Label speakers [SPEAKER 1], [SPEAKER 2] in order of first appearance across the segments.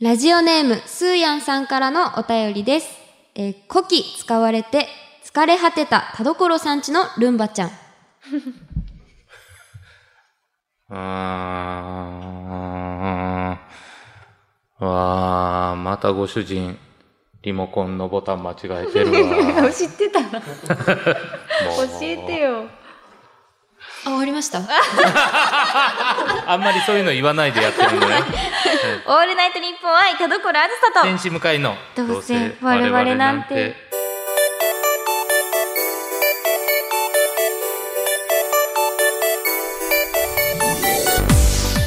[SPEAKER 1] ラジオネーム、スーヤンさんからのお便りです。えー、古希使われて、疲れ果てた田所さんちのルンバちゃん。
[SPEAKER 2] あー。わー、またご主人、リモコンのボタン間違えてるわ。もう
[SPEAKER 3] 知って たな。教えてよ。
[SPEAKER 1] あ、終わりました。
[SPEAKER 2] あんまりそういうの言わないでやってるんでね。
[SPEAKER 3] オールナイトニッポン愛田所あずさと。
[SPEAKER 2] 天使向かいの、
[SPEAKER 3] どうせ我々なんて。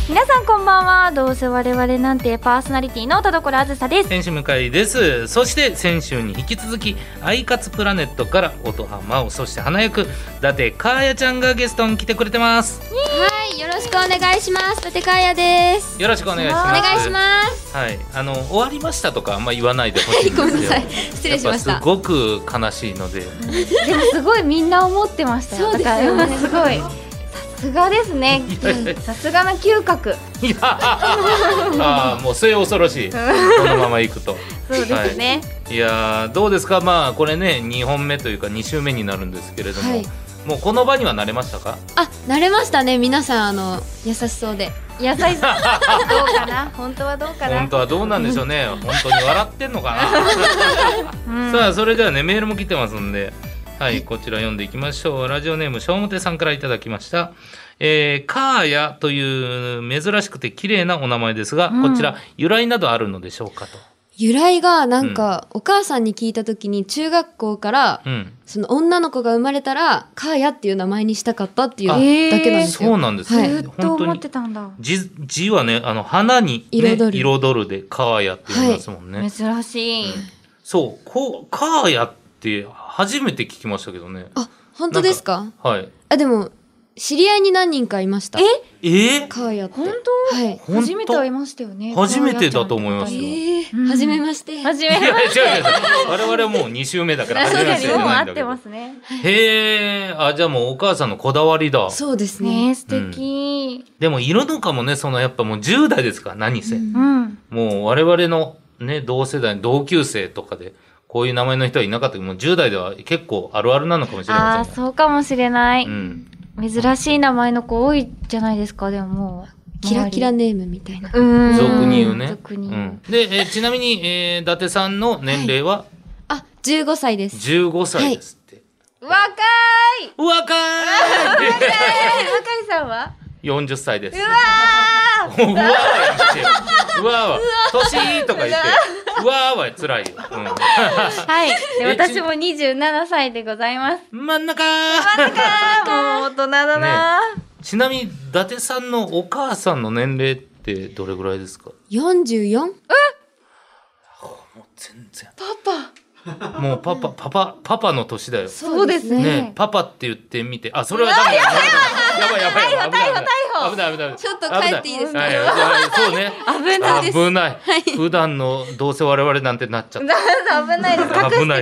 [SPEAKER 3] 皆さんこんばんは。どうせ我々なんてパーソナリティの田所あずさです。
[SPEAKER 2] 選手向井ですそして先週に引き続き「アイカツプラネット」から音羽真央そして花役伊達かーやちゃんがゲストに来てくれてます
[SPEAKER 1] はい、よろしくお願いします。立川やです。
[SPEAKER 2] よろしくお願いし
[SPEAKER 1] お
[SPEAKER 2] ます
[SPEAKER 1] 願いします。
[SPEAKER 2] すはいあの終わりましたとかあんま言わないでほしいんです
[SPEAKER 1] ご
[SPEAKER 2] よ
[SPEAKER 1] めんなさい。失礼しまし
[SPEAKER 2] や
[SPEAKER 1] た
[SPEAKER 2] っぱす。ごく悲しいので
[SPEAKER 3] でもすごいみんな思ってましたよ。
[SPEAKER 1] そうですよね
[SPEAKER 3] だからすごい。さすがですね。さすがの嗅覚。
[SPEAKER 2] いやあーもう末恐 ろしいこのままいくと
[SPEAKER 3] そうですね。
[SPEAKER 2] いやーどうですかまあこれね2本目というか2週目になるんですけれども、
[SPEAKER 1] はい
[SPEAKER 2] もうこの場には慣れましたか
[SPEAKER 1] あ、慣れましたね。皆さん、あの、優しそうで。
[SPEAKER 3] 野菜どうか な。本当はどうかな
[SPEAKER 2] 本。当はどうなんでしょう ね本当に笑ってんのかな、さあそれではねメールも来てますんではいこちら読んでいきましょうラジオネームしょうもてさんからいただきましたえー、カーヤという珍しくて綺麗なお名前ですが、こちら由来などあるのでしょうかと
[SPEAKER 1] 由来が、なんか、お母さんに聞いたときに、中学校から、
[SPEAKER 2] うん
[SPEAKER 1] その女の子が生まれたら、かーやっていう名前にしたかったっていう
[SPEAKER 2] あ
[SPEAKER 1] だけなんです
[SPEAKER 2] そう
[SPEAKER 1] よ。
[SPEAKER 2] なんです
[SPEAKER 1] は
[SPEAKER 2] ね、
[SPEAKER 1] い
[SPEAKER 3] ずっと思ってたんだ。
[SPEAKER 2] 字字はねあの花に、ね、
[SPEAKER 1] 彩る
[SPEAKER 2] 彩るでカーヤって言いますもんね、
[SPEAKER 3] 珍しい。
[SPEAKER 2] そうこうカーヤって初めて聞きましたけどね
[SPEAKER 1] あ、本当ですか
[SPEAKER 2] はい
[SPEAKER 1] あ、でも、知り合いに何人かいました。
[SPEAKER 3] え
[SPEAKER 2] えー、
[SPEAKER 1] かーやって。
[SPEAKER 3] 本当？
[SPEAKER 1] はい。
[SPEAKER 2] 本当
[SPEAKER 3] 初めて会いましたよね。
[SPEAKER 2] 初めてだと思いますよ
[SPEAKER 1] ええ
[SPEAKER 3] うん
[SPEAKER 1] はじめまして。
[SPEAKER 3] 初
[SPEAKER 2] い
[SPEAKER 3] め
[SPEAKER 2] や違う違う違う我々はもう2週目だから
[SPEAKER 3] 確
[SPEAKER 2] 初め
[SPEAKER 3] か
[SPEAKER 2] て
[SPEAKER 3] に
[SPEAKER 2] じゃ
[SPEAKER 3] もう
[SPEAKER 2] ないん
[SPEAKER 3] 合
[SPEAKER 2] だ
[SPEAKER 3] っ
[SPEAKER 2] け
[SPEAKER 3] て
[SPEAKER 2] ど
[SPEAKER 3] ますね。
[SPEAKER 2] へえあじゃあもうお母さんのこだわりだ
[SPEAKER 1] そうです
[SPEAKER 3] ね
[SPEAKER 1] ね。
[SPEAKER 3] え素敵。
[SPEAKER 2] でもいるのかもねそのやっぱもう10代ですから何せ、
[SPEAKER 1] うん
[SPEAKER 3] うん。
[SPEAKER 2] もう我々のね同世代同級生とかでこういう名前の人はいなかったけどもう10代では結構あるあるなのかもしれ
[SPEAKER 3] あ
[SPEAKER 2] ま
[SPEAKER 3] あ
[SPEAKER 2] せんね
[SPEAKER 3] そうかもしれない、
[SPEAKER 2] うん、
[SPEAKER 3] 珍しい名前の子多いじゃないですかでももう
[SPEAKER 1] キラキラ
[SPEAKER 3] う
[SPEAKER 1] ネームみたいな。
[SPEAKER 3] ーん
[SPEAKER 2] 俗に言うね。
[SPEAKER 3] 俗に
[SPEAKER 2] う、
[SPEAKER 3] 言うん
[SPEAKER 2] で、えーちなみに、えー、伊達さんの年齢は
[SPEAKER 1] あ、15歳です。
[SPEAKER 2] 15歳ですって。
[SPEAKER 3] 若い
[SPEAKER 2] 若い
[SPEAKER 3] 若いさんは
[SPEAKER 2] 40歳です。
[SPEAKER 3] あ
[SPEAKER 2] うわーは言ってうわーは年とか言ってうわーは辛いよ、
[SPEAKER 3] ーはいで
[SPEAKER 2] え
[SPEAKER 3] 私も27歳でございます
[SPEAKER 2] うん、真ん中ー
[SPEAKER 3] あーもう大人だ な、
[SPEAKER 2] ちなみに伊達さんのお母さんの年齢ってどれぐらいですか
[SPEAKER 1] 44?
[SPEAKER 2] もう全然
[SPEAKER 3] パパ
[SPEAKER 2] もうパパパパパパの年だよ
[SPEAKER 3] そうですね
[SPEAKER 2] ねパパって言ってみてあそれはダメだやばいやばいやばい
[SPEAKER 3] 逮捕逮捕
[SPEAKER 2] 危ない危ない危ない危ない
[SPEAKER 1] ちょっと帰っていいですか
[SPEAKER 2] 危ないはいそうね
[SPEAKER 3] 危ないです
[SPEAKER 2] 危ない普段のどうせ我々なんてなっちゃった
[SPEAKER 3] 危ないで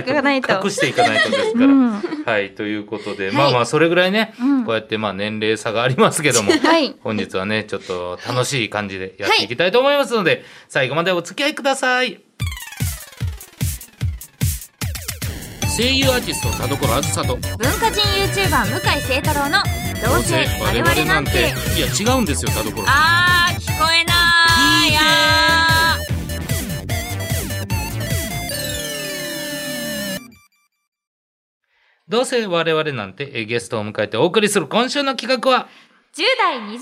[SPEAKER 3] す
[SPEAKER 2] 危
[SPEAKER 3] 隠していかないと
[SPEAKER 2] 隠していかないとですから、
[SPEAKER 3] うん
[SPEAKER 2] はいということで、まあまあそれぐらいね、
[SPEAKER 3] うん
[SPEAKER 2] こうやってまあ年齢差がありますけども
[SPEAKER 3] はい
[SPEAKER 2] 本日はねちょっと楽しい感じでやっていきたいと思いますので、最後までお付き合いください声優アーティスト田所あずさと
[SPEAKER 3] 文化人 YouTuber 向井聖太郎の「どうせ我々なんて
[SPEAKER 2] いや違うんですよ田所」
[SPEAKER 3] あー聞こえないやー
[SPEAKER 2] どうせ我々なんてえゲストを迎えてお送りする今週の企画は
[SPEAKER 3] 10代、20代、40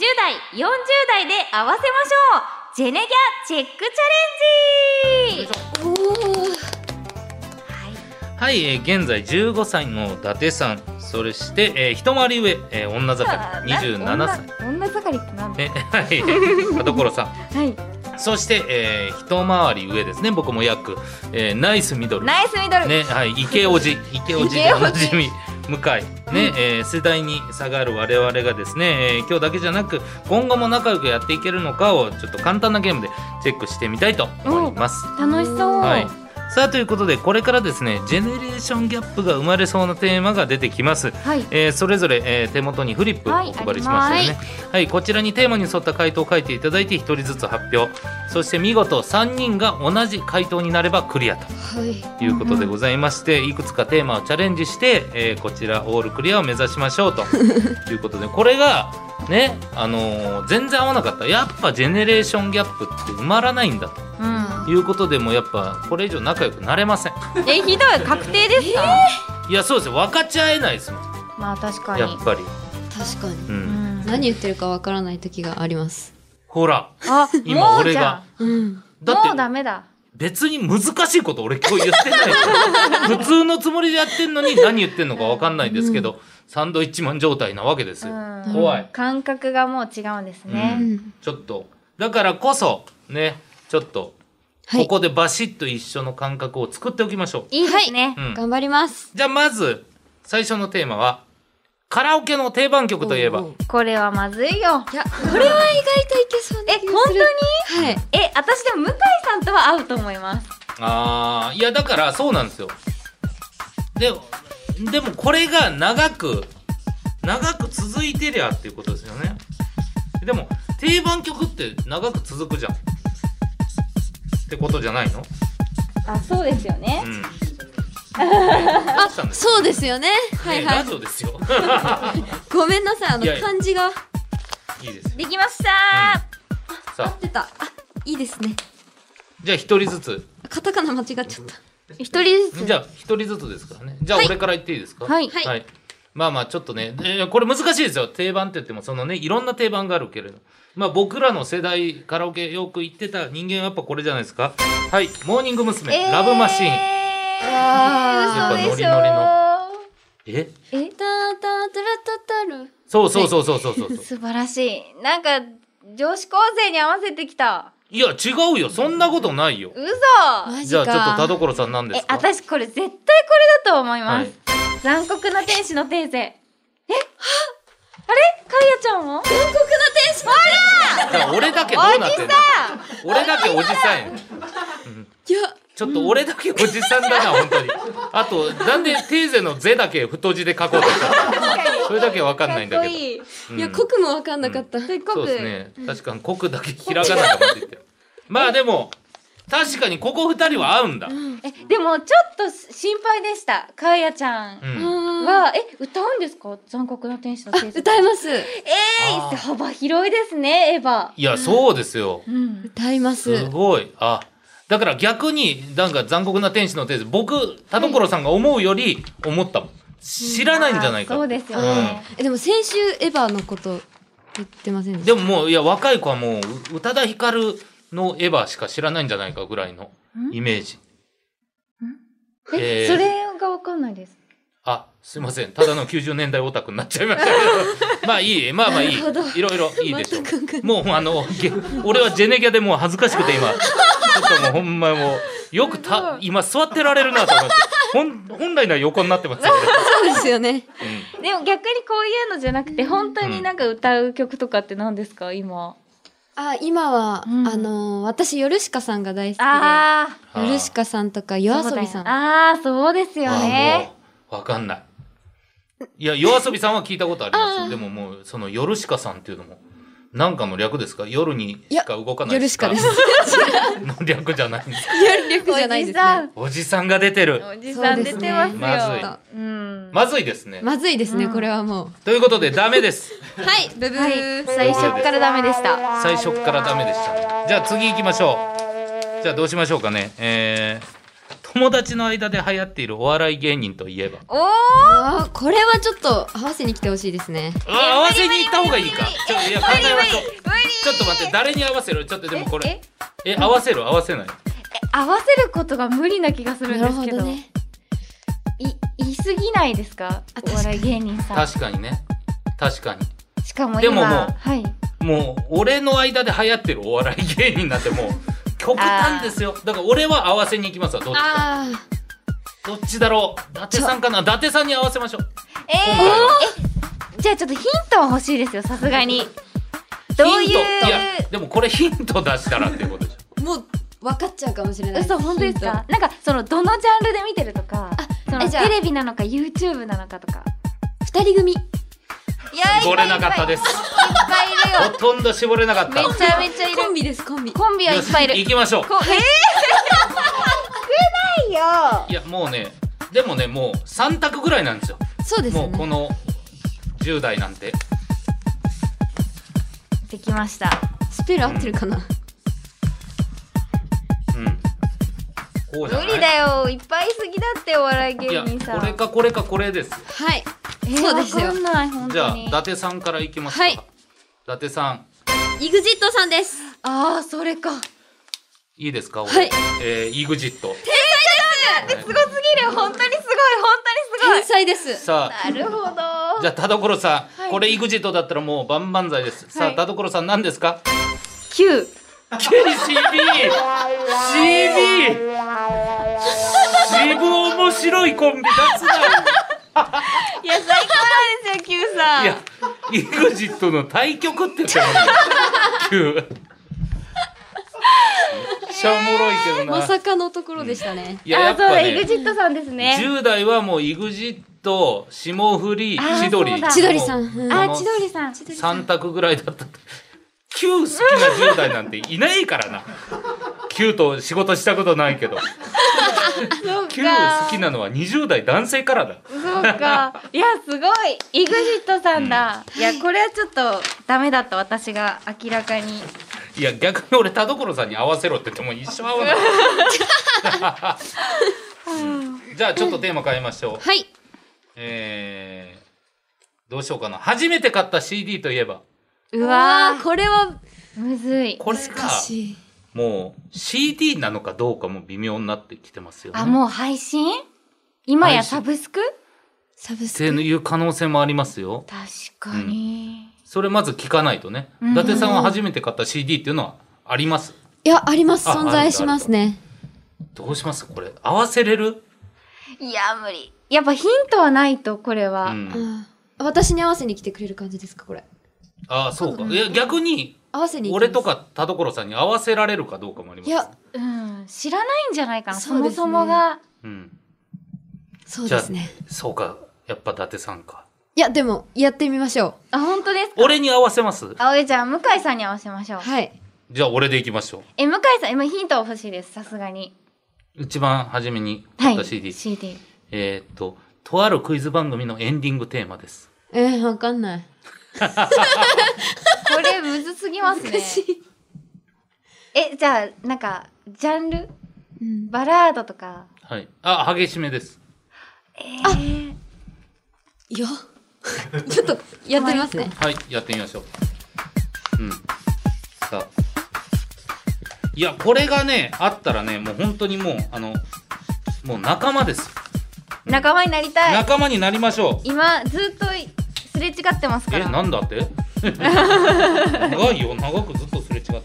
[SPEAKER 3] 代で合わせましょうジェネギャチェックチャレンジ
[SPEAKER 1] おー
[SPEAKER 2] はい、えー現在15歳の伊達さんそして、えー一回り上、えー女盛り27歳
[SPEAKER 3] 歳女盛りってなんだ
[SPEAKER 2] ね、はい、田所さん、
[SPEAKER 3] はい
[SPEAKER 2] そして、えー一回り上ですね、僕も約、えーナイスミドル、
[SPEAKER 3] ナイスミドル、
[SPEAKER 2] ね、はい、池おじ、池おじでおなじみ。向井ね、えー世代に差がある我々がですね、えー今日だけじゃなく今後も仲良くやっていけるのかをちょっと簡単なゲームでチェックしてみたいと思います。
[SPEAKER 3] 楽しそう、
[SPEAKER 2] はい、さあということでこれからですねジェネレーションギャップが生まれそうなテーマが出てきます、
[SPEAKER 3] はい
[SPEAKER 2] えーそれぞれ、えー手元にフリップお
[SPEAKER 3] はい
[SPEAKER 2] 配りしましたよね、はいこちらにテーマに沿った回答を書いていただいて1人ずつ発表そして見事3人が同じ回答になればクリアと
[SPEAKER 1] はい。
[SPEAKER 2] いうことでございまして、いくつかテーマをチャレンジして、えーこちらオールクリアを目指しまし ょうということでこれがねあのー全然合わなかったやっぱジェネレーションギャップって埋まらないんだと
[SPEAKER 3] う
[SPEAKER 2] いうことでもうやっぱこれ以上仲良くなれません
[SPEAKER 3] ん。え、ひどい、確定ですか。
[SPEAKER 2] いやそうですよ分かち合えないですもん
[SPEAKER 3] まあ、確か
[SPEAKER 2] や
[SPEAKER 3] に
[SPEAKER 2] っ。ぱり、
[SPEAKER 1] 確かに。
[SPEAKER 2] うん
[SPEAKER 3] うん
[SPEAKER 1] 何言ってるかわからない時があります。
[SPEAKER 2] ほら
[SPEAKER 3] あ、
[SPEAKER 2] 今
[SPEAKER 3] もう
[SPEAKER 2] 俺
[SPEAKER 3] じ
[SPEAKER 2] が
[SPEAKER 3] ゃ
[SPEAKER 1] うん。
[SPEAKER 3] あ。
[SPEAKER 2] だ
[SPEAKER 3] もう
[SPEAKER 2] って
[SPEAKER 3] ダメだ。
[SPEAKER 2] 別に難しいこと俺今日言ってない 普通のつもりでやってんのに何言ってんのか分かんないですけど、サンドイッチマン状態なわけですよ、
[SPEAKER 3] うん
[SPEAKER 2] 怖い
[SPEAKER 3] 感覚がもう違うんです
[SPEAKER 1] う
[SPEAKER 3] ね。
[SPEAKER 1] ん。
[SPEAKER 2] ちょっとだからこそねちょっと
[SPEAKER 1] は
[SPEAKER 2] こ
[SPEAKER 1] い。
[SPEAKER 2] こでバシッと一緒の感覚を作っておきましょう、
[SPEAKER 3] いいですね
[SPEAKER 2] う。ん
[SPEAKER 1] 頑張ります。
[SPEAKER 2] じゃあまず最初のテーマはカラオケの定番曲といえば
[SPEAKER 1] おうおう
[SPEAKER 3] これはまずいよ。
[SPEAKER 1] いや、これは意外といけそうな気がする。
[SPEAKER 3] え本当に
[SPEAKER 1] はい。
[SPEAKER 3] え、私でも向井さんとは合うと思います。
[SPEAKER 2] あーいやだからそうなんですよででもこれが長く長く続いてりゃっていうことですよねでも定番曲って長く続くじゃんってことじゃないの
[SPEAKER 3] あ、そうですよ ね
[SPEAKER 2] う。ん
[SPEAKER 1] あ
[SPEAKER 2] したん、です
[SPEAKER 1] そうですよね。はい
[SPEAKER 2] ね
[SPEAKER 1] は
[SPEAKER 2] ラ
[SPEAKER 1] い。
[SPEAKER 2] ジオですよ
[SPEAKER 1] ごめんなさい、あの
[SPEAKER 2] いやいや
[SPEAKER 1] 漢字が
[SPEAKER 2] いいですよ
[SPEAKER 3] できました
[SPEAKER 1] 合
[SPEAKER 2] さあ
[SPEAKER 1] ってた。あ、いいですね。
[SPEAKER 2] じゃあ一人ずつ
[SPEAKER 1] カタカナ間違っちゃった。
[SPEAKER 3] ー。一人ずつ。
[SPEAKER 2] じゃあ一人ずつですからねじゃあ
[SPEAKER 1] はい
[SPEAKER 2] 俺から言っていいですか
[SPEAKER 3] はい
[SPEAKER 1] はい
[SPEAKER 2] まあまあちょっとね、えーこれ難しいですよ定番って言ってもそのねいろんな定番があるけれどまあ僕らの世代カラオケよく行ってた人間はやっぱこれじゃないですかはい「モーニング娘。
[SPEAKER 3] えー
[SPEAKER 2] ラブマシーン」
[SPEAKER 1] あ
[SPEAKER 2] ー
[SPEAKER 3] 嘘でし
[SPEAKER 2] やっぱノリ
[SPEAKER 3] ょ
[SPEAKER 2] え
[SPEAKER 1] え、たたたらたたる。
[SPEAKER 2] そうそうそうそうそうそう、い、
[SPEAKER 3] 素晴らしい。なんか、女子高生に合わせてきた。
[SPEAKER 2] や違うよそんなことないよ
[SPEAKER 3] 嘘
[SPEAKER 1] マジ
[SPEAKER 2] じゃ
[SPEAKER 1] か。
[SPEAKER 2] あちょっと田所さんなんで
[SPEAKER 3] え
[SPEAKER 2] す、か
[SPEAKER 3] 私これ絶対これだと思います。残酷な天使のテーゼ。えあれかいやちゃんも残酷な天使ほ
[SPEAKER 2] だから俺だけどうなってんの
[SPEAKER 3] ら
[SPEAKER 2] 俺だけおじさんや
[SPEAKER 1] いや、
[SPEAKER 2] ちょっと俺だけおじさんだな、本当に。あと、なんでテーゼの「ゼ」だけ太字で書こうとしたそれだけわかんないん
[SPEAKER 3] かっ
[SPEAKER 2] だ
[SPEAKER 3] こ
[SPEAKER 2] けど。
[SPEAKER 3] いい。
[SPEAKER 2] うん
[SPEAKER 1] いや、濃くもわかんなかった。
[SPEAKER 3] すっご
[SPEAKER 2] そう
[SPEAKER 3] く。
[SPEAKER 2] ですね。確かに、国だけひらがなだって言ってる。まあでも、確かにここ二人は合うんだ。う
[SPEAKER 3] え、でもちょっと心配でした。かいやちゃん
[SPEAKER 2] ん。
[SPEAKER 1] あ
[SPEAKER 3] は、え、歌うんですか残酷な天使の
[SPEAKER 1] ー
[SPEAKER 3] テー
[SPEAKER 1] あ、
[SPEAKER 3] ゼ。
[SPEAKER 1] 歌います。
[SPEAKER 3] え
[SPEAKER 2] あ
[SPEAKER 3] ー
[SPEAKER 2] ー
[SPEAKER 3] い幅広いですね、エヴァ。
[SPEAKER 2] いや、そうですよ。
[SPEAKER 3] うん。
[SPEAKER 1] 歌います。
[SPEAKER 2] すごい。あ、だから逆に、なんか残酷な天使のテーゼ、僕、田所さんが思うより思ったもん。知らないんじゃないか
[SPEAKER 3] あー
[SPEAKER 2] っ
[SPEAKER 3] そ
[SPEAKER 2] て
[SPEAKER 3] うですよ
[SPEAKER 2] うん
[SPEAKER 3] ね。
[SPEAKER 1] え、でも先週エヴァのこと言ってませんでした。
[SPEAKER 2] でももういや若い子はもうう宇多田ヒカルのエヴァしか知らないんじゃないかぐらいの
[SPEAKER 3] ん
[SPEAKER 2] イメージ。え
[SPEAKER 3] え、
[SPEAKER 2] ー
[SPEAKER 3] それがわかんないです。
[SPEAKER 2] あすいませんただの90年代オタクになっちゃいましたけどまあいいまあまあいい
[SPEAKER 1] なるほど
[SPEAKER 2] いろいろいいでしょ
[SPEAKER 1] 全くわかんないう
[SPEAKER 2] もうあのげ俺はジェネギャでもう恥ずかしくて今ちょっともうほんまもうよくた今座ってられるなと思ってほん本来なら横になってますよ、
[SPEAKER 1] そうですよね。
[SPEAKER 2] 俺うん
[SPEAKER 3] でも逆にこういうのじゃなくて、本当になんか歌う曲とかって何ですか、今。
[SPEAKER 1] あ、今は、
[SPEAKER 3] うん
[SPEAKER 1] あのー私、ヨルシカさんが大好きで。
[SPEAKER 3] ああ。
[SPEAKER 1] ヨルシカさんとか、夜遊びさん。
[SPEAKER 3] ああー、そうですよ
[SPEAKER 2] あ
[SPEAKER 3] ね。
[SPEAKER 2] もうわかんない。いや夜遊びさんは聞いたことありま
[SPEAKER 1] あー
[SPEAKER 2] す。でももうその夜しかさんっていうのもなんかの略ですか？夜にしか動かない
[SPEAKER 1] ヨルシカです。
[SPEAKER 2] の 略じゃないんですか。
[SPEAKER 1] 略じゃない
[SPEAKER 3] おじ
[SPEAKER 1] です
[SPEAKER 3] さ
[SPEAKER 1] ね。
[SPEAKER 3] ん。
[SPEAKER 2] おじさんが出てる。
[SPEAKER 3] おじさん出てますよ。
[SPEAKER 2] まずい
[SPEAKER 3] うん。
[SPEAKER 2] まずいですね。
[SPEAKER 1] まずいですね、
[SPEAKER 3] うん
[SPEAKER 1] これはもう。
[SPEAKER 2] ということでダメです。
[SPEAKER 1] はい、ブブ
[SPEAKER 3] はい、
[SPEAKER 1] ー。
[SPEAKER 3] 最初からダメでした。
[SPEAKER 2] 最初からダメでした。じゃあ次行きましょう。じゃあどうしましょうかね。えー、友達の間で流行っているお笑い芸人といえば。
[SPEAKER 3] おお。
[SPEAKER 1] あーこれはちょっと合わせに来てほしいですね。
[SPEAKER 2] あ合わせに行った方がいいか。ちょっといや考えましょう。
[SPEAKER 3] 無理。
[SPEAKER 2] ちょっと待って誰に合わせる？ちょっとでもこれ
[SPEAKER 3] え
[SPEAKER 2] え合わせる合わせない。
[SPEAKER 3] 合わせることが無理な気がするん
[SPEAKER 1] な
[SPEAKER 3] で
[SPEAKER 1] る
[SPEAKER 3] す
[SPEAKER 1] ほ
[SPEAKER 3] け
[SPEAKER 1] ど
[SPEAKER 3] ど。
[SPEAKER 1] ね。
[SPEAKER 3] い、言い過ぎないですか。お笑い芸人さん。
[SPEAKER 2] 確かにね確かに
[SPEAKER 3] しかも今。
[SPEAKER 2] でももう
[SPEAKER 3] はい。
[SPEAKER 2] もう俺の間で流行ってるお笑い芸人なんてもう 極端ですよだから俺は合わせに行きますわどっちか
[SPEAKER 1] ああ。
[SPEAKER 2] どっちだろう伊達さんかな伊達さんに合わせましょう
[SPEAKER 3] えー、え。じゃあちょっとヒントは欲しいですよ。さすがに。どうい
[SPEAKER 2] ヒントや
[SPEAKER 3] う。
[SPEAKER 2] でもこれヒント出したらっていうことでしょ
[SPEAKER 1] もう分かっちゃうかもしれない
[SPEAKER 3] 嘘本当ですかなんかそのどのジャンルで見てるとかその
[SPEAKER 1] えじゃあ
[SPEAKER 3] テレビなのか YouTube なのかとか
[SPEAKER 1] 二人組
[SPEAKER 3] いや
[SPEAKER 2] 絞れなかったです
[SPEAKER 3] いっぱいいる
[SPEAKER 2] ほとんど絞れなかった
[SPEAKER 3] よめちゃめちゃいる
[SPEAKER 1] コンビですコンビ
[SPEAKER 3] コンビはいっぱいいる
[SPEAKER 2] よし行きましょう
[SPEAKER 3] こえ
[SPEAKER 4] いよ
[SPEAKER 2] いやもうねでもねもう3択ぐらいなんですよ
[SPEAKER 1] そうです
[SPEAKER 2] も
[SPEAKER 1] よ
[SPEAKER 2] うこ
[SPEAKER 1] ね
[SPEAKER 2] の10代なんて
[SPEAKER 3] ー、できました
[SPEAKER 1] スペル合ってるかな
[SPEAKER 2] うんこうじゃ
[SPEAKER 4] 無
[SPEAKER 2] ない
[SPEAKER 4] 理だよいっぱいすぎだってお笑い
[SPEAKER 2] い
[SPEAKER 4] 芸
[SPEAKER 2] や
[SPEAKER 4] 人さん
[SPEAKER 2] これかこれかこれです
[SPEAKER 1] はい
[SPEAKER 3] えー、
[SPEAKER 1] そうですよ
[SPEAKER 3] わかんない本
[SPEAKER 2] じゃ
[SPEAKER 3] 当
[SPEAKER 2] あ
[SPEAKER 3] に
[SPEAKER 2] 伊達さんからいきますか、
[SPEAKER 1] はい
[SPEAKER 2] 伊達さん
[SPEAKER 1] EXIT さんです
[SPEAKER 3] ああそれか
[SPEAKER 2] いいですか俺、
[SPEAKER 1] はい
[SPEAKER 2] えー、EXIT
[SPEAKER 3] すごすぎる本当にすごい本当に
[SPEAKER 1] 天
[SPEAKER 3] す
[SPEAKER 1] 才です
[SPEAKER 2] さあ
[SPEAKER 4] なるほど
[SPEAKER 2] じゃあ田所さん、これ EXIT だったらもう万々歳です、さあ田所さん何ですか
[SPEAKER 3] ごい Q
[SPEAKER 2] KCBCB 自分面白いコンビ脱
[SPEAKER 3] いや最高なんですよ Q さ
[SPEAKER 2] だ
[SPEAKER 3] ん
[SPEAKER 2] いや EXIT の対局って言ってもねめっちゃおもろいけどな、
[SPEAKER 1] まさかのところでしたね
[SPEAKER 2] いややっぱね
[SPEAKER 4] あそうだ EXIT さんですね
[SPEAKER 2] 10代はもう EXIT 霜降り千
[SPEAKER 3] そう
[SPEAKER 2] 鳥
[SPEAKER 3] だ
[SPEAKER 1] 千鳥さん
[SPEAKER 2] もう
[SPEAKER 1] うん
[SPEAKER 2] この
[SPEAKER 3] あ千鳥さん
[SPEAKER 2] 3択ぐらいだった旧好きな10代なんていないからな旧と仕事したことないけど
[SPEAKER 3] そう
[SPEAKER 2] 旧好
[SPEAKER 3] か
[SPEAKER 2] きなのは20代男性からだ
[SPEAKER 3] そうか いやすごい EXIT さんだ、いやこれはちょっとダメだった私が明らかに
[SPEAKER 2] いや逆に俺田所さんに合わせろって言っても一生合わないじゃあちょっとテーマ変えましょう
[SPEAKER 1] はい
[SPEAKER 2] えー、どうしようかな初めて買った CD といえば
[SPEAKER 3] う
[SPEAKER 1] う
[SPEAKER 3] わ
[SPEAKER 1] わーこれは
[SPEAKER 3] ーむずい
[SPEAKER 2] これが
[SPEAKER 1] 難しい
[SPEAKER 2] もう CD なのかどうかも微妙になってきてますよね
[SPEAKER 3] あもう配信今や
[SPEAKER 2] 配信
[SPEAKER 3] サブスク
[SPEAKER 1] サブス
[SPEAKER 2] って
[SPEAKER 1] ク
[SPEAKER 2] いう可能性もありますよ
[SPEAKER 3] 確かに、
[SPEAKER 2] それまず聞かないとね、
[SPEAKER 3] うん
[SPEAKER 2] 伊達さんは初めて買った CD っていうのはあります
[SPEAKER 1] いやあります
[SPEAKER 2] あ
[SPEAKER 1] 存在しますね
[SPEAKER 2] どうしますこれ合わせれる、
[SPEAKER 3] いや無理やっぱヒントはないとこれ
[SPEAKER 2] う
[SPEAKER 3] は、
[SPEAKER 2] ん、
[SPEAKER 1] あ私に合わせに来てくれる感じですかこれ
[SPEAKER 2] ああそうかいや逆に
[SPEAKER 1] 合わせに行きます
[SPEAKER 2] 俺とか田所さんに合わせられるかどうかもあります
[SPEAKER 1] いや、
[SPEAKER 3] うん知らないんじゃないかなそ,、
[SPEAKER 1] そうで
[SPEAKER 3] も
[SPEAKER 1] すね
[SPEAKER 3] そもが
[SPEAKER 2] うん、
[SPEAKER 1] そうですね
[SPEAKER 2] そうかやっぱ伊達さんか
[SPEAKER 1] いやでもやってみましょう
[SPEAKER 3] あ本当ですか
[SPEAKER 2] 俺に合わせます
[SPEAKER 3] あえじゃあ向井さんに合わせましょう
[SPEAKER 1] はい
[SPEAKER 2] じゃあ俺でいきましょ
[SPEAKER 3] え向井さん今ヒント欲しいですさすがに
[SPEAKER 2] う一番初めに
[SPEAKER 3] は
[SPEAKER 2] 買っ
[SPEAKER 3] い
[SPEAKER 2] た CD、
[SPEAKER 3] CD
[SPEAKER 2] えーっととあるクイズ番組のエンディングテーマです
[SPEAKER 1] えー、わかんない
[SPEAKER 3] これむずすぎますね
[SPEAKER 1] 難しい
[SPEAKER 3] えじゃあなんかジャンル
[SPEAKER 1] うん
[SPEAKER 3] バラードとか
[SPEAKER 2] はいあ激しめです
[SPEAKER 3] あ
[SPEAKER 1] いや ちょっとやってみますね
[SPEAKER 2] はい、やってみましょう。うん。さあ。いや、これがね、あったらね、もう本当にもう、あの、もう仲間です。
[SPEAKER 3] 仲間になりたい
[SPEAKER 2] 仲間になりましょう。
[SPEAKER 3] 今ずっといすれ違ってますか
[SPEAKER 2] え、
[SPEAKER 3] ら
[SPEAKER 2] なんだって長いよ、長くずっとすれ違ってんの。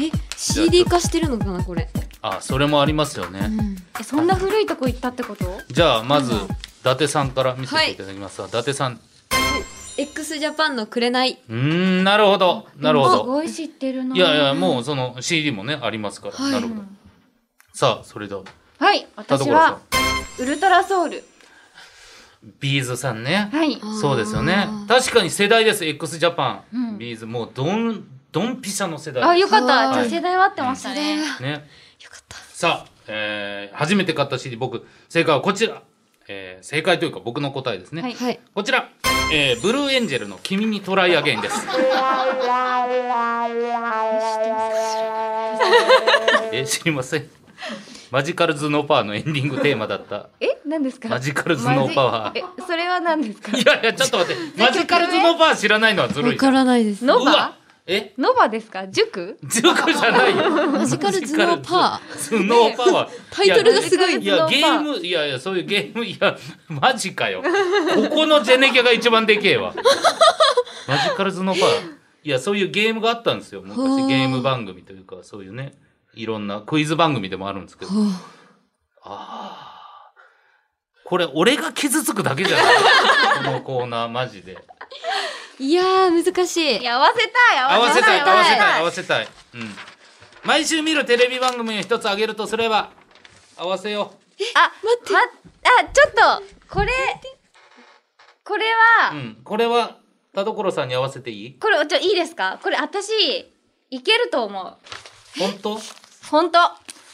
[SPEAKER 1] え CD 化してるのかなこれ、
[SPEAKER 2] あ、それもありますよ
[SPEAKER 1] う
[SPEAKER 2] ね。
[SPEAKER 1] ん、
[SPEAKER 3] えそんな古いとこ行ったってこと
[SPEAKER 2] じゃあ、まず、伊達さんから見せていただきますが、伊達さん。
[SPEAKER 1] x ジャパンの「くれないう
[SPEAKER 2] ーん、なるほど、なるほ
[SPEAKER 3] す
[SPEAKER 2] ど。
[SPEAKER 3] ごい知ってるない
[SPEAKER 2] いやいや、もうその CD もね、ありますから。
[SPEAKER 1] はい
[SPEAKER 2] なるほど。さあ、それでは、
[SPEAKER 3] はい
[SPEAKER 2] 田所
[SPEAKER 3] 私
[SPEAKER 2] さん
[SPEAKER 3] は。ウルトラソウル
[SPEAKER 2] ビーズさんね。
[SPEAKER 3] はい
[SPEAKER 1] あー
[SPEAKER 2] そうですよね。確かに世代です。X ジャパン、
[SPEAKER 3] うん
[SPEAKER 2] ビーズもうドンドンピシャの世代。
[SPEAKER 3] あよかっ
[SPEAKER 1] う
[SPEAKER 3] た
[SPEAKER 1] わ
[SPEAKER 3] じゃ
[SPEAKER 1] ー
[SPEAKER 3] あ世代は合ってましたね
[SPEAKER 2] ね。
[SPEAKER 1] よかった
[SPEAKER 2] さあ、えー初めて買った CD 僕正解はこちら、えー正解というか僕の答えですね。
[SPEAKER 3] はい
[SPEAKER 1] はい
[SPEAKER 2] こちら、えーブルーエンジェルの君にトライアゲイン です。えー知りません。マジカルズノーパワーのエンディングテーマだった。
[SPEAKER 3] え何ですか
[SPEAKER 2] マジカルズノーパワー
[SPEAKER 3] マジえそれは何で すか
[SPEAKER 2] いやいやちょっと 待って。マジカルズノーパワー知らないのはずる
[SPEAKER 1] わ
[SPEAKER 2] い。
[SPEAKER 1] からないです
[SPEAKER 3] ノ
[SPEAKER 2] う
[SPEAKER 3] バ
[SPEAKER 2] わえ
[SPEAKER 3] ノバですか塾
[SPEAKER 2] 塾じゃないよ。
[SPEAKER 1] マジカル頭脳パワ
[SPEAKER 2] ー。頭脳パワー。
[SPEAKER 1] タイトルがすご
[SPEAKER 3] いや
[SPEAKER 1] い
[SPEAKER 2] いや
[SPEAKER 3] 頭脳
[SPEAKER 2] ゲ
[SPEAKER 3] パワ
[SPEAKER 2] ー
[SPEAKER 3] ー
[SPEAKER 2] ムいやいやそういうゲームいやマジかよ。ここのジェネギャが一番でけえわ。マジカルズのパワー。いやそういうゲームがあったんですよ。昔
[SPEAKER 1] ほう
[SPEAKER 2] ゲーム番組というかそういうねいろんなクイズ番組でもあるんですけど。
[SPEAKER 1] ほう
[SPEAKER 2] これ俺が傷つくだけじゃない。このコーナーマジで。
[SPEAKER 1] いやー難しい
[SPEAKER 3] いや合わせたい
[SPEAKER 2] 合わせたい合
[SPEAKER 1] 合
[SPEAKER 2] わ
[SPEAKER 1] わ
[SPEAKER 2] せ
[SPEAKER 1] せ
[SPEAKER 2] た
[SPEAKER 1] た
[SPEAKER 2] い合わせたい、うん、毎週見るテレビ番組を一つ挙げるとすれば合わせよ
[SPEAKER 3] あ待ってあちょっとこれこれは、
[SPEAKER 2] う、うん、これは田所さんに合わせていい
[SPEAKER 3] これちょいいですかこれ私いけると思う
[SPEAKER 2] 本当
[SPEAKER 3] 本当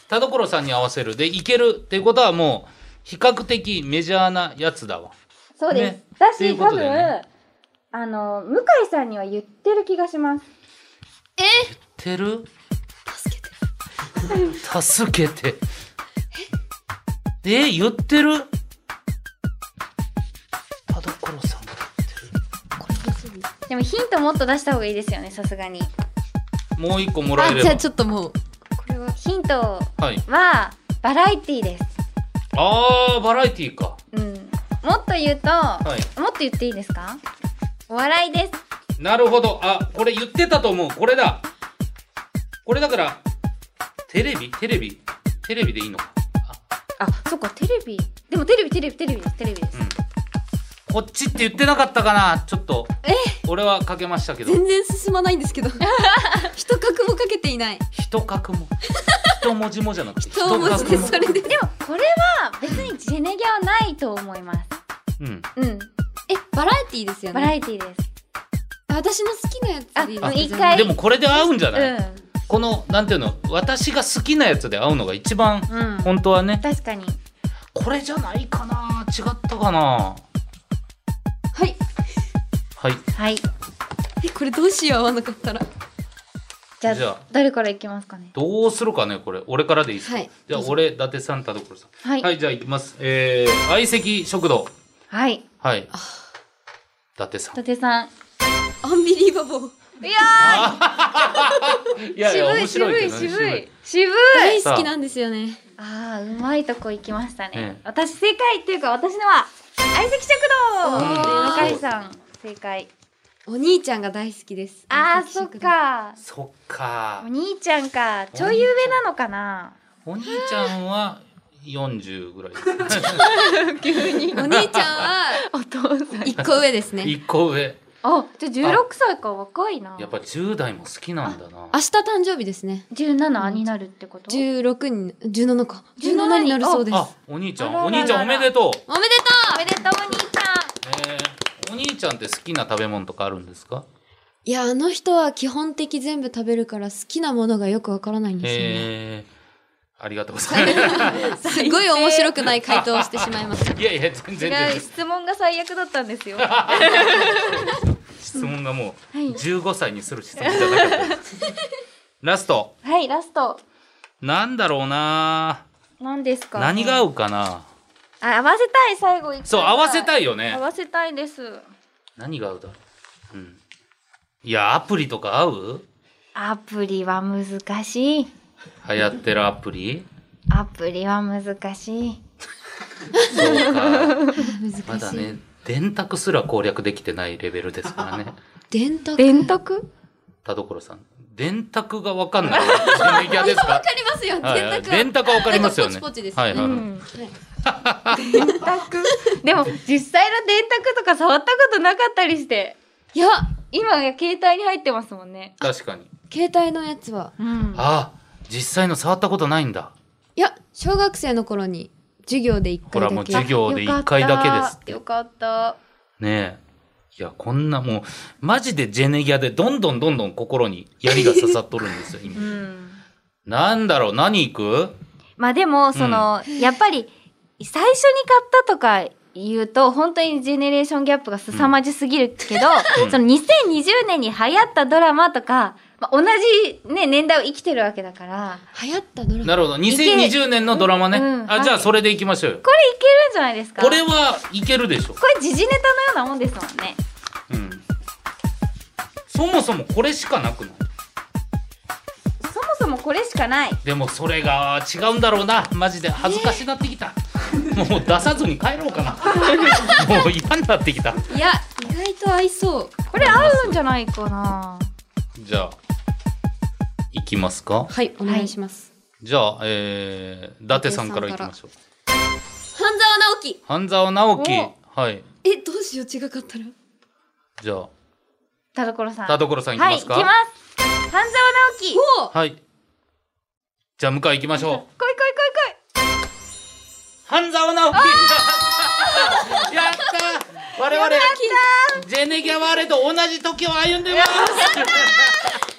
[SPEAKER 2] 田所さんに合わせるでいけるっていうことはもう比較的メジャーなやつだわ
[SPEAKER 3] そうです、
[SPEAKER 2] ね
[SPEAKER 3] だ
[SPEAKER 2] ってい
[SPEAKER 3] し、
[SPEAKER 2] うこ
[SPEAKER 3] 多
[SPEAKER 2] と
[SPEAKER 3] 分
[SPEAKER 2] だよね
[SPEAKER 3] あの向井さんには言ってる気がします
[SPEAKER 2] てる助けて助けてえ言ってる田所さんが言ってる
[SPEAKER 3] でもヒントもっと出した方がいいですよねさすがに
[SPEAKER 2] もう一個もらえ
[SPEAKER 1] あ
[SPEAKER 2] れ
[SPEAKER 1] じゃ
[SPEAKER 2] ば
[SPEAKER 1] あちょっともう
[SPEAKER 3] ヒント
[SPEAKER 2] はい
[SPEAKER 3] はバラエティーです
[SPEAKER 2] あーバラエティーか
[SPEAKER 3] うんもっと言うと、
[SPEAKER 2] はい
[SPEAKER 3] もっと言っていいですかお笑いです
[SPEAKER 2] なるほどあこれ言ってたと思うこれだこれだからテレビテレビテレビでいいのかあ
[SPEAKER 3] あそっかテレビでもテレビテレビテレビですテレビです、
[SPEAKER 2] うんこっちって言ってなかったかなちょっと俺はかけましたけど
[SPEAKER 1] 全然進まないんです けど一角もかけていない
[SPEAKER 2] 一角も一文字もじゃなくて
[SPEAKER 1] と思って
[SPEAKER 2] も
[SPEAKER 1] それで
[SPEAKER 3] でもこれは別にジェネギャはないと思います
[SPEAKER 2] うん
[SPEAKER 3] うん
[SPEAKER 1] えバラエティーですよ
[SPEAKER 3] バラ
[SPEAKER 1] ね
[SPEAKER 3] エティーです
[SPEAKER 1] 私の好きなやつでいいわけじゃ
[SPEAKER 3] あ
[SPEAKER 1] ない
[SPEAKER 2] でもこれで合うんじゃない、
[SPEAKER 3] う
[SPEAKER 2] このなんていうの私が好きなやつで合うのが一番
[SPEAKER 3] んうん
[SPEAKER 2] 本当はね
[SPEAKER 3] 確かに
[SPEAKER 2] これじゃないかな違ったかな
[SPEAKER 1] はい
[SPEAKER 2] はい
[SPEAKER 3] はい
[SPEAKER 1] えこれどうしよう合わなかったら
[SPEAKER 3] じゃあ
[SPEAKER 2] じゃあ
[SPEAKER 3] 誰からいきますかね
[SPEAKER 2] どうするかねこれ俺からでいいですか、
[SPEAKER 1] はい
[SPEAKER 2] じゃあ俺伊達さん田所さん
[SPEAKER 3] はい
[SPEAKER 2] はい、じゃあ行きます。えー、相席食堂。
[SPEAKER 3] はい
[SPEAKER 2] はい。伊達さん
[SPEAKER 3] 伊。達さん
[SPEAKER 1] アンビリーバボー
[SPEAKER 3] いや
[SPEAKER 2] いや
[SPEAKER 3] ー渋い渋い
[SPEAKER 2] ね
[SPEAKER 3] 渋い渋い
[SPEAKER 1] 大好きなんですよね
[SPEAKER 3] あーうまいとこ行きましたね、
[SPEAKER 2] ええ
[SPEAKER 3] 私正解っていうか私のは相席食
[SPEAKER 2] おー
[SPEAKER 3] 堂向井さん正解
[SPEAKER 1] お兄ちゃんが大好きです
[SPEAKER 3] あー
[SPEAKER 1] 朝
[SPEAKER 3] そっ
[SPEAKER 1] 食堂
[SPEAKER 3] か
[SPEAKER 2] そっか
[SPEAKER 3] お。兄ちゃんかちょい上なのかな
[SPEAKER 2] お兄ちゃんは40ぐらいです ね。
[SPEAKER 1] お兄ちゃんは
[SPEAKER 3] お父さ
[SPEAKER 1] 一個上ですね明
[SPEAKER 2] 一個上。
[SPEAKER 3] あじゃあ16歳か若いな
[SPEAKER 2] やっぱ10代も好きなんだな。
[SPEAKER 1] 日誕生日ですね
[SPEAKER 3] 17になるってこと
[SPEAKER 1] 16に17か
[SPEAKER 3] 17
[SPEAKER 1] 17
[SPEAKER 3] に
[SPEAKER 1] になるそうです
[SPEAKER 2] あ、お兄ちゃ
[SPEAKER 3] あら
[SPEAKER 2] ん、お
[SPEAKER 3] らら
[SPEAKER 2] 兄ちゃんおめでとう。
[SPEAKER 1] おめで
[SPEAKER 3] お
[SPEAKER 1] とう
[SPEAKER 3] めでとうお兄ちゃ
[SPEAKER 2] えー、お兄ちゃんって好きな食べ物とかあるんですか
[SPEAKER 1] いやあの人は基本的全部食べるから好きなものがよくわからないんですよね、
[SPEAKER 2] えー、ありがとうござい ます。
[SPEAKER 1] すごい面白くない回答をしてしまいま した
[SPEAKER 2] いやいや、全然
[SPEAKER 3] ん違
[SPEAKER 2] で
[SPEAKER 3] う
[SPEAKER 2] す。
[SPEAKER 3] 質問が最悪だったんですよ
[SPEAKER 2] 質問がもう
[SPEAKER 3] い
[SPEAKER 2] 15歳にする質問じゃなかったです。ラスト。
[SPEAKER 3] はいラスト
[SPEAKER 2] なんだろうな
[SPEAKER 3] 何ですか
[SPEAKER 2] 何が合うかな
[SPEAKER 3] あ合わせたい最後行きたい
[SPEAKER 2] そう合わせた
[SPEAKER 3] い
[SPEAKER 2] いよね
[SPEAKER 3] 合わせたいです
[SPEAKER 2] 何が合うだろう、うん、いやアプリとか合う
[SPEAKER 3] アプリは難しい
[SPEAKER 2] 流行ってるアプリ
[SPEAKER 3] アプリは難しい
[SPEAKER 2] そうか ま
[SPEAKER 1] 難
[SPEAKER 2] だ
[SPEAKER 1] しい、
[SPEAKER 2] ね電卓すら攻略できてないレベルですか らね
[SPEAKER 1] 電卓
[SPEAKER 3] 電卓
[SPEAKER 2] 田所さん電卓が分かんないジメギャですか
[SPEAKER 1] わかりますよ
[SPEAKER 2] はいはい
[SPEAKER 1] 電卓は
[SPEAKER 2] 電卓は分かりますよね
[SPEAKER 1] なんかポチポチですよね
[SPEAKER 2] はいはいはい、
[SPEAKER 3] うん電卓でも実際の電卓とか触ったことなかったりして
[SPEAKER 1] いや
[SPEAKER 3] 今が携帯に入ってますもんね
[SPEAKER 2] 確かに
[SPEAKER 1] 携帯のやつは
[SPEAKER 3] うん
[SPEAKER 2] あ実際の触ったことないんだ
[SPEAKER 1] いや小学生の頃に授業で一
[SPEAKER 2] ほ
[SPEAKER 1] 回だ
[SPEAKER 2] ら
[SPEAKER 1] け
[SPEAKER 2] もう授業で1回だけですって
[SPEAKER 3] よかった
[SPEAKER 2] ねえ。いや、こんなもう、マジでジェネギアで、どんどんどんどん心に槍が刺さっとるんですよ、
[SPEAKER 3] う
[SPEAKER 2] 今。
[SPEAKER 3] ん
[SPEAKER 2] なんだろう、何行く
[SPEAKER 3] まあでもその、やっぱり最初に買ったとか言うと本当にジェネレーションギャップが凄まじすぎるけど、
[SPEAKER 2] うん
[SPEAKER 3] その2020年に流行ったドラマとか、まあ、同じ、ね、年代を生きてるわけだから
[SPEAKER 1] 流行ったドラマ
[SPEAKER 2] なるほど、2020年のドラマね。
[SPEAKER 3] うんうん
[SPEAKER 2] あ、じゃあ
[SPEAKER 3] はい
[SPEAKER 2] それで行きましょうよ。
[SPEAKER 3] これいけるんじゃないですか
[SPEAKER 2] これはいけるでしょ。
[SPEAKER 3] これ時事ネタのようなもんですもんね
[SPEAKER 2] うん。そもそもこれしかなくない
[SPEAKER 3] そもそもこれしかない
[SPEAKER 2] でもそれが違うんだろうな、マジで恥ずかしなってきた。もう出さずに帰ろうか な。もう嫌になってきた。
[SPEAKER 1] いや意外と合いそう
[SPEAKER 3] これ合うんじゃないかな
[SPEAKER 2] じゃあ、行きますか。
[SPEAKER 1] はいお願いします、
[SPEAKER 2] じゃあ、えー、伊達さんから行きましょう。
[SPEAKER 1] 半沢直樹
[SPEAKER 2] 半沢直樹
[SPEAKER 3] お
[SPEAKER 2] はい
[SPEAKER 1] えどうしよう違かったら
[SPEAKER 2] じゃあ
[SPEAKER 3] 田所さん。
[SPEAKER 2] 田所さんいき
[SPEAKER 3] は
[SPEAKER 2] ま
[SPEAKER 3] い、
[SPEAKER 2] す
[SPEAKER 3] 行き
[SPEAKER 2] か、
[SPEAKER 3] ます。半沢直樹。
[SPEAKER 1] お
[SPEAKER 2] はい。じゃあ、向井行きましょう。
[SPEAKER 3] 来い来い来い来い。
[SPEAKER 2] 半沢直樹。 やったー。我々。ジェネギャワーレと同じ時を歩んで ます。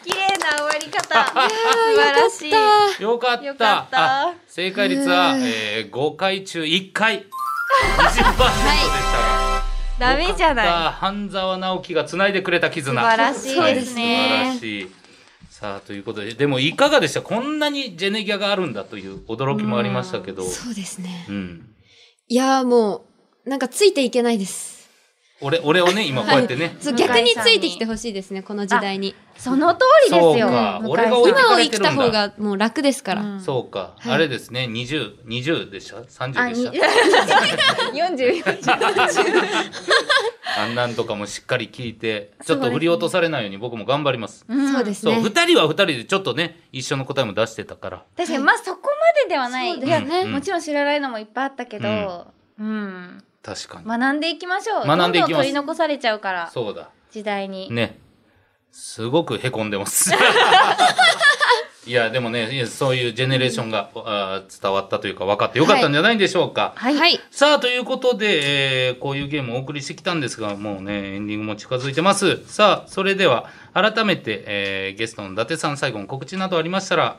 [SPEAKER 4] 綺麗な終わり 方素晴らしい
[SPEAKER 2] よかった。
[SPEAKER 4] よかった
[SPEAKER 2] あ正解率は、えー、5回中1回。20%でしたが。
[SPEAKER 3] ダメじゃ
[SPEAKER 2] よ
[SPEAKER 3] ない。
[SPEAKER 2] かった半沢直樹が繋いでくれた絆。
[SPEAKER 3] 素晴らしい
[SPEAKER 2] はい
[SPEAKER 3] です
[SPEAKER 2] 素晴ら
[SPEAKER 3] ね。
[SPEAKER 2] しい。さあということででもいかがでしたこんなにジェネギャがあるんだという驚きもありましたけど、
[SPEAKER 1] そうですね
[SPEAKER 2] うん、
[SPEAKER 1] いやーもうなんかついていけないです
[SPEAKER 2] 俺俺をね今こうやってね、
[SPEAKER 1] そう
[SPEAKER 3] 向井さん
[SPEAKER 1] 逆
[SPEAKER 3] に
[SPEAKER 1] についてきてほしいですねこの時代に
[SPEAKER 3] その通りです
[SPEAKER 2] そ
[SPEAKER 3] よ。
[SPEAKER 2] うか
[SPEAKER 3] 向井さん
[SPEAKER 2] 俺が置いて
[SPEAKER 1] 今を
[SPEAKER 2] か
[SPEAKER 1] 生
[SPEAKER 2] れて
[SPEAKER 1] き
[SPEAKER 2] る
[SPEAKER 1] た
[SPEAKER 2] んだ
[SPEAKER 1] 方がもう楽ですから、
[SPEAKER 3] うん
[SPEAKER 2] そうか、
[SPEAKER 1] はい
[SPEAKER 2] あれですね2020でした30
[SPEAKER 3] あ、
[SPEAKER 2] で
[SPEAKER 3] に
[SPEAKER 2] し
[SPEAKER 3] 四十。
[SPEAKER 2] たあんなんとかもしっかり聞いてちょっと振り落とされないように僕も頑張ります
[SPEAKER 1] そうです
[SPEAKER 2] そう,、
[SPEAKER 1] ね
[SPEAKER 2] 二人は二人でちょっとね一緒の答えも出してたから
[SPEAKER 3] 確かにまあそこまでではない。
[SPEAKER 1] そうで
[SPEAKER 3] い
[SPEAKER 1] す
[SPEAKER 3] や、
[SPEAKER 1] ね
[SPEAKER 2] うん
[SPEAKER 3] もちろん知らないのもいっぱいあったけど、うん、
[SPEAKER 2] 確かに、
[SPEAKER 3] 学んでいきましょう。
[SPEAKER 2] 学んでいきます
[SPEAKER 3] どんどん取り残されちゃうから
[SPEAKER 2] そうだ
[SPEAKER 3] 時代に。
[SPEAKER 2] ねすごくへこんでますいやでもねいやそういうジェネレーションが、あー伝わったというか分かってよかったんじゃないんでしょうか、
[SPEAKER 1] はい、はい、
[SPEAKER 2] さあということで、えーこういうゲームをお送りしてきたんですがもうねエンディングも近づいてますさあそれでは改めて、えーゲストの伊達さん最後の告知などありましたら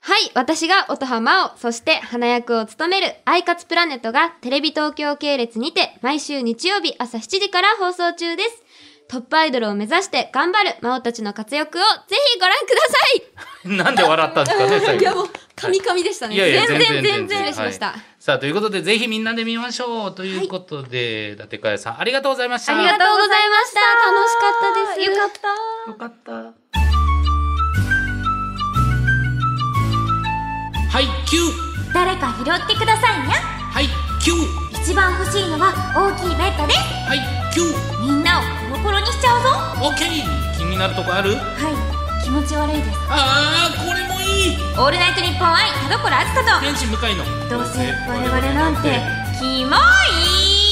[SPEAKER 1] はい、私が音羽真央、そして花役を務めるアイカツプラネットがテレビ東京系列にて毎週日曜日朝7時から放送中です。トップアイドルを目指して頑張る真央たちの活躍をぜひご覧くださ
[SPEAKER 2] なんで笑ったんです かね
[SPEAKER 1] い
[SPEAKER 2] 最後
[SPEAKER 1] う、カミカミでした
[SPEAKER 2] いやいや全然全然
[SPEAKER 1] 失礼しました。
[SPEAKER 2] はいさあということでぜひみんなで見ましょうということで、伊達かやさんありがとうございました
[SPEAKER 1] ありがとうございました。楽しかったです。
[SPEAKER 3] よか
[SPEAKER 1] った。
[SPEAKER 2] よかったはいキュー
[SPEAKER 5] 誰か拾ってくださいにゃ
[SPEAKER 2] はいキュー
[SPEAKER 5] 一番欲しいのは大きいベッドです
[SPEAKER 2] はいキュー
[SPEAKER 5] みんなをコロコロにしちゃうぞは
[SPEAKER 2] オッケー気になるとこある
[SPEAKER 5] い気持ち悪いです
[SPEAKER 2] ああこれもいい
[SPEAKER 5] オールナイトニッポン愛田所あずか
[SPEAKER 2] 天使向かいの
[SPEAKER 5] とどうせ我々なんてキモい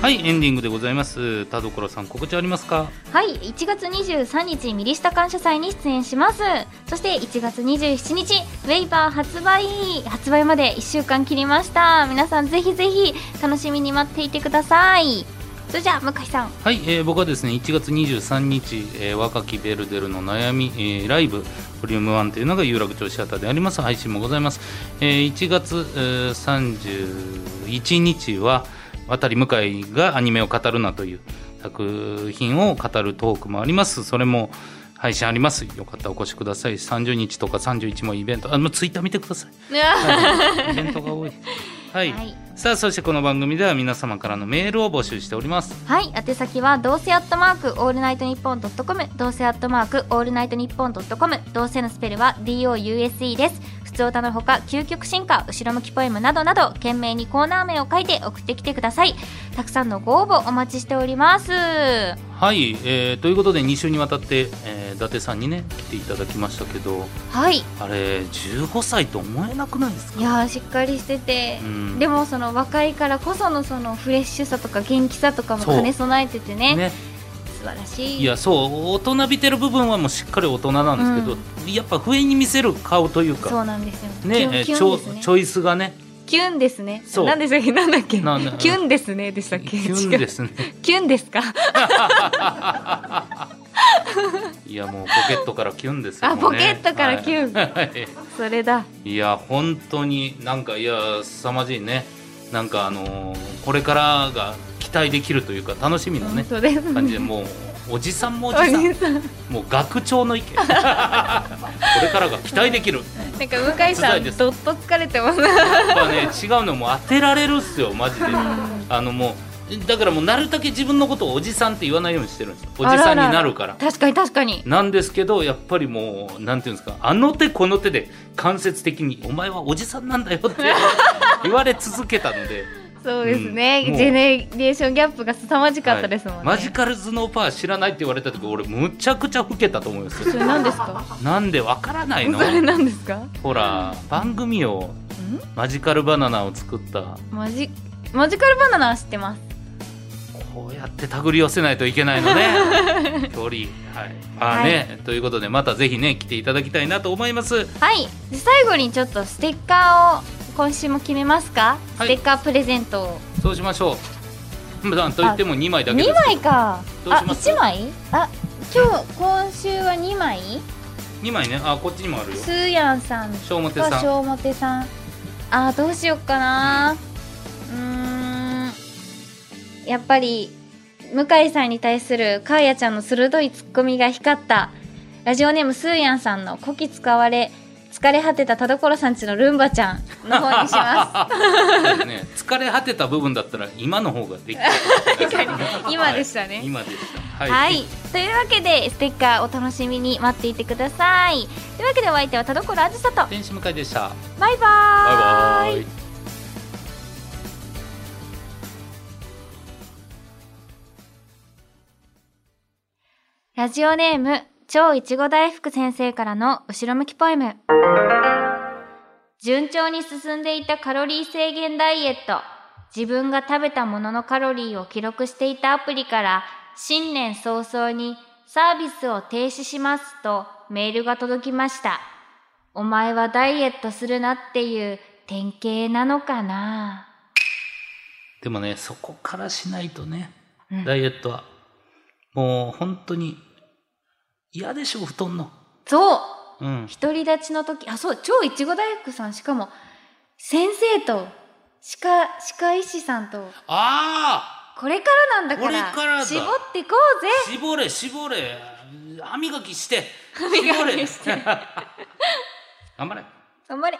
[SPEAKER 2] はいエンディングでございます田所さん告知ありますか
[SPEAKER 3] はい、1月23日ミリスタ感謝祭に出演します。そして1月27日ウェイパー発売発売まで1週間切りました。皆さんぜひぜひ楽しみに待っていてください。それじゃあ向井さん。
[SPEAKER 2] はい、えー僕はですね1月23日、えー若きベルデルの悩み、えーライブボリューム1というのが有楽町シアターであります配信もございます、えー1月えー31日は渡り向井がアニメを語るなという作品を語るトークもありますそれも配信ありますよかったらお越しください30日とか31もイベントあもうツイッター見てくださいはいイベントが多いはい、
[SPEAKER 3] はい
[SPEAKER 2] さあそしてこの番組では皆様からのメールを募集しております
[SPEAKER 3] はい、宛先はどうせアットマークオールナイトニッポンドットコム、どうせアットマークオールナイトニッポンドットコム、どうせのスペルは D O U S E です。普通歌のほか究極進化、後ろ向きポエムなどなど、懸命にコーナー名を書いて送ってきてください。たくさんのご応募お待ちしております。
[SPEAKER 2] はい、えーということで2週にわたって、えー伊達さんにね来ていただきましたけど
[SPEAKER 3] はい、い
[SPEAKER 2] あれ15歳と思えなくないですか
[SPEAKER 3] やーしっかりしてて
[SPEAKER 2] う、ん
[SPEAKER 3] でもその若いからこそのそのフレッシュさとか元気さとかも兼ね備えててね、
[SPEAKER 2] ね、
[SPEAKER 3] 素晴らしい。
[SPEAKER 2] いやそう大人びてる部分はもうしっかり大人なんですけど、やっぱ不意に見せる顔という
[SPEAKER 3] そ
[SPEAKER 2] か
[SPEAKER 3] うなんですよ。
[SPEAKER 2] ねえーチ
[SPEAKER 3] キュン
[SPEAKER 2] ョ
[SPEAKER 3] キュンです
[SPEAKER 2] チ
[SPEAKER 3] ね。
[SPEAKER 2] ョイスがね
[SPEAKER 3] キュンですね。
[SPEAKER 2] そう
[SPEAKER 3] なんでしたっけ、なんだっけ。
[SPEAKER 2] なんだ
[SPEAKER 3] キュンですねでしたっけ
[SPEAKER 2] キュン
[SPEAKER 3] 違
[SPEAKER 2] で
[SPEAKER 3] う
[SPEAKER 2] すね
[SPEAKER 3] キュンですか
[SPEAKER 2] いやもうポケットからキュンですよ
[SPEAKER 3] あ
[SPEAKER 2] もうね
[SPEAKER 3] ポケットからキュン
[SPEAKER 2] はい
[SPEAKER 3] それだ
[SPEAKER 2] いや本当になんかいや凄まじいねなんかあのーこれからが期待できるというか楽しみなね
[SPEAKER 3] 本当です
[SPEAKER 2] 感じで
[SPEAKER 3] ね
[SPEAKER 2] もうおじさんもお
[SPEAKER 3] お
[SPEAKER 2] じさん
[SPEAKER 3] じさんなんか
[SPEAKER 2] もう学長の意見 これからが期待できる
[SPEAKER 3] 向井さ
[SPEAKER 2] 伝え
[SPEAKER 3] ん
[SPEAKER 2] て
[SPEAKER 3] ど
[SPEAKER 2] す
[SPEAKER 3] っと疲れてます
[SPEAKER 2] やっぱ ね違うのもう当てられるっすよマジであのもうだからもうなるだけ自分のことをおじさんって言わないようにしてるんですよおじさんになるから
[SPEAKER 3] 確かに確かに
[SPEAKER 2] なんですけどやっぱりもうなんていうんですかあの手この 手で間接的に「お前はおじさんなんだよ」って言われ続けたので
[SPEAKER 3] そうですね、
[SPEAKER 2] うん
[SPEAKER 3] ジェネレーションギャップが凄まじかったですもんね、
[SPEAKER 2] はいマジカルスノーパー知らないって言われた時俺むちゃくちゃ老けたと思うんです
[SPEAKER 3] そ
[SPEAKER 2] よ
[SPEAKER 3] れ何ですか
[SPEAKER 2] なんでわからないの
[SPEAKER 3] それ何ですか
[SPEAKER 2] ほら番組をマジカルバナナを作った
[SPEAKER 3] マジマジカルバナナは知ってます
[SPEAKER 2] こうやって手繰り寄せないといけないの ね距離はいまあね、ということでまたぜひね来ていただきたいなと思います
[SPEAKER 3] はいで最後にちょっとステッカーを今週も決めますか、
[SPEAKER 2] はい
[SPEAKER 3] ステッカープレゼントを
[SPEAKER 2] そうしましょうなんと言っても2枚だけです
[SPEAKER 3] 2
[SPEAKER 2] けど
[SPEAKER 3] 枚か
[SPEAKER 2] どう
[SPEAKER 3] あ
[SPEAKER 2] します
[SPEAKER 3] 1枚あ今日今週は2枚
[SPEAKER 2] 2枚ねあこっちにもあるよ
[SPEAKER 3] スーヤンさん
[SPEAKER 2] 小表
[SPEAKER 3] と
[SPEAKER 2] さん
[SPEAKER 3] 小モテさんあーどうしよっかなうーんやっぱり向井さんに対するかーやちゃんの鋭いツッコミが光ったラジオネームスーヤンさんのこき使われ疲れ果てた田所さんちのルンバちゃんの方 にしま
[SPEAKER 2] そう だね疲れ果てた部分だったら今の方が できた
[SPEAKER 3] す今でしたね、
[SPEAKER 2] はい今でしたは、
[SPEAKER 3] はいい、というわけでステッカーお楽しみに待っていてくださいというわけでお相手は田所あずさと
[SPEAKER 2] 天使向井でした
[SPEAKER 3] バイバ
[SPEAKER 2] バイ
[SPEAKER 3] ー
[SPEAKER 2] バ
[SPEAKER 3] イ
[SPEAKER 2] イ
[SPEAKER 3] ラジオネーム、超いちご大福先生からの後ろ向きポエム。順調に進んでいたカロリー制限ダイエット。自分が食べたもののカロリーを記録していたアプリから、新年早々にサービスを停止しますとメールが届きました。お前はダイエットするなっていう典型なのかな
[SPEAKER 2] でもねそこからしないとね、
[SPEAKER 3] うん
[SPEAKER 2] ダイエットはもう本当に嫌でしょ太んの
[SPEAKER 3] そう
[SPEAKER 2] うん
[SPEAKER 3] 独り立ちの時あそう超いちご大福さんしかも先生と歯科歯科医師さんと
[SPEAKER 2] あ
[SPEAKER 3] これからなんだか
[SPEAKER 2] これ
[SPEAKER 3] ら
[SPEAKER 2] からだ
[SPEAKER 3] 絞っていこうぜ
[SPEAKER 2] あ絞れ絞れ歯磨きして
[SPEAKER 3] 歯磨きして
[SPEAKER 2] 絞れ頑張れ
[SPEAKER 3] 頑張れ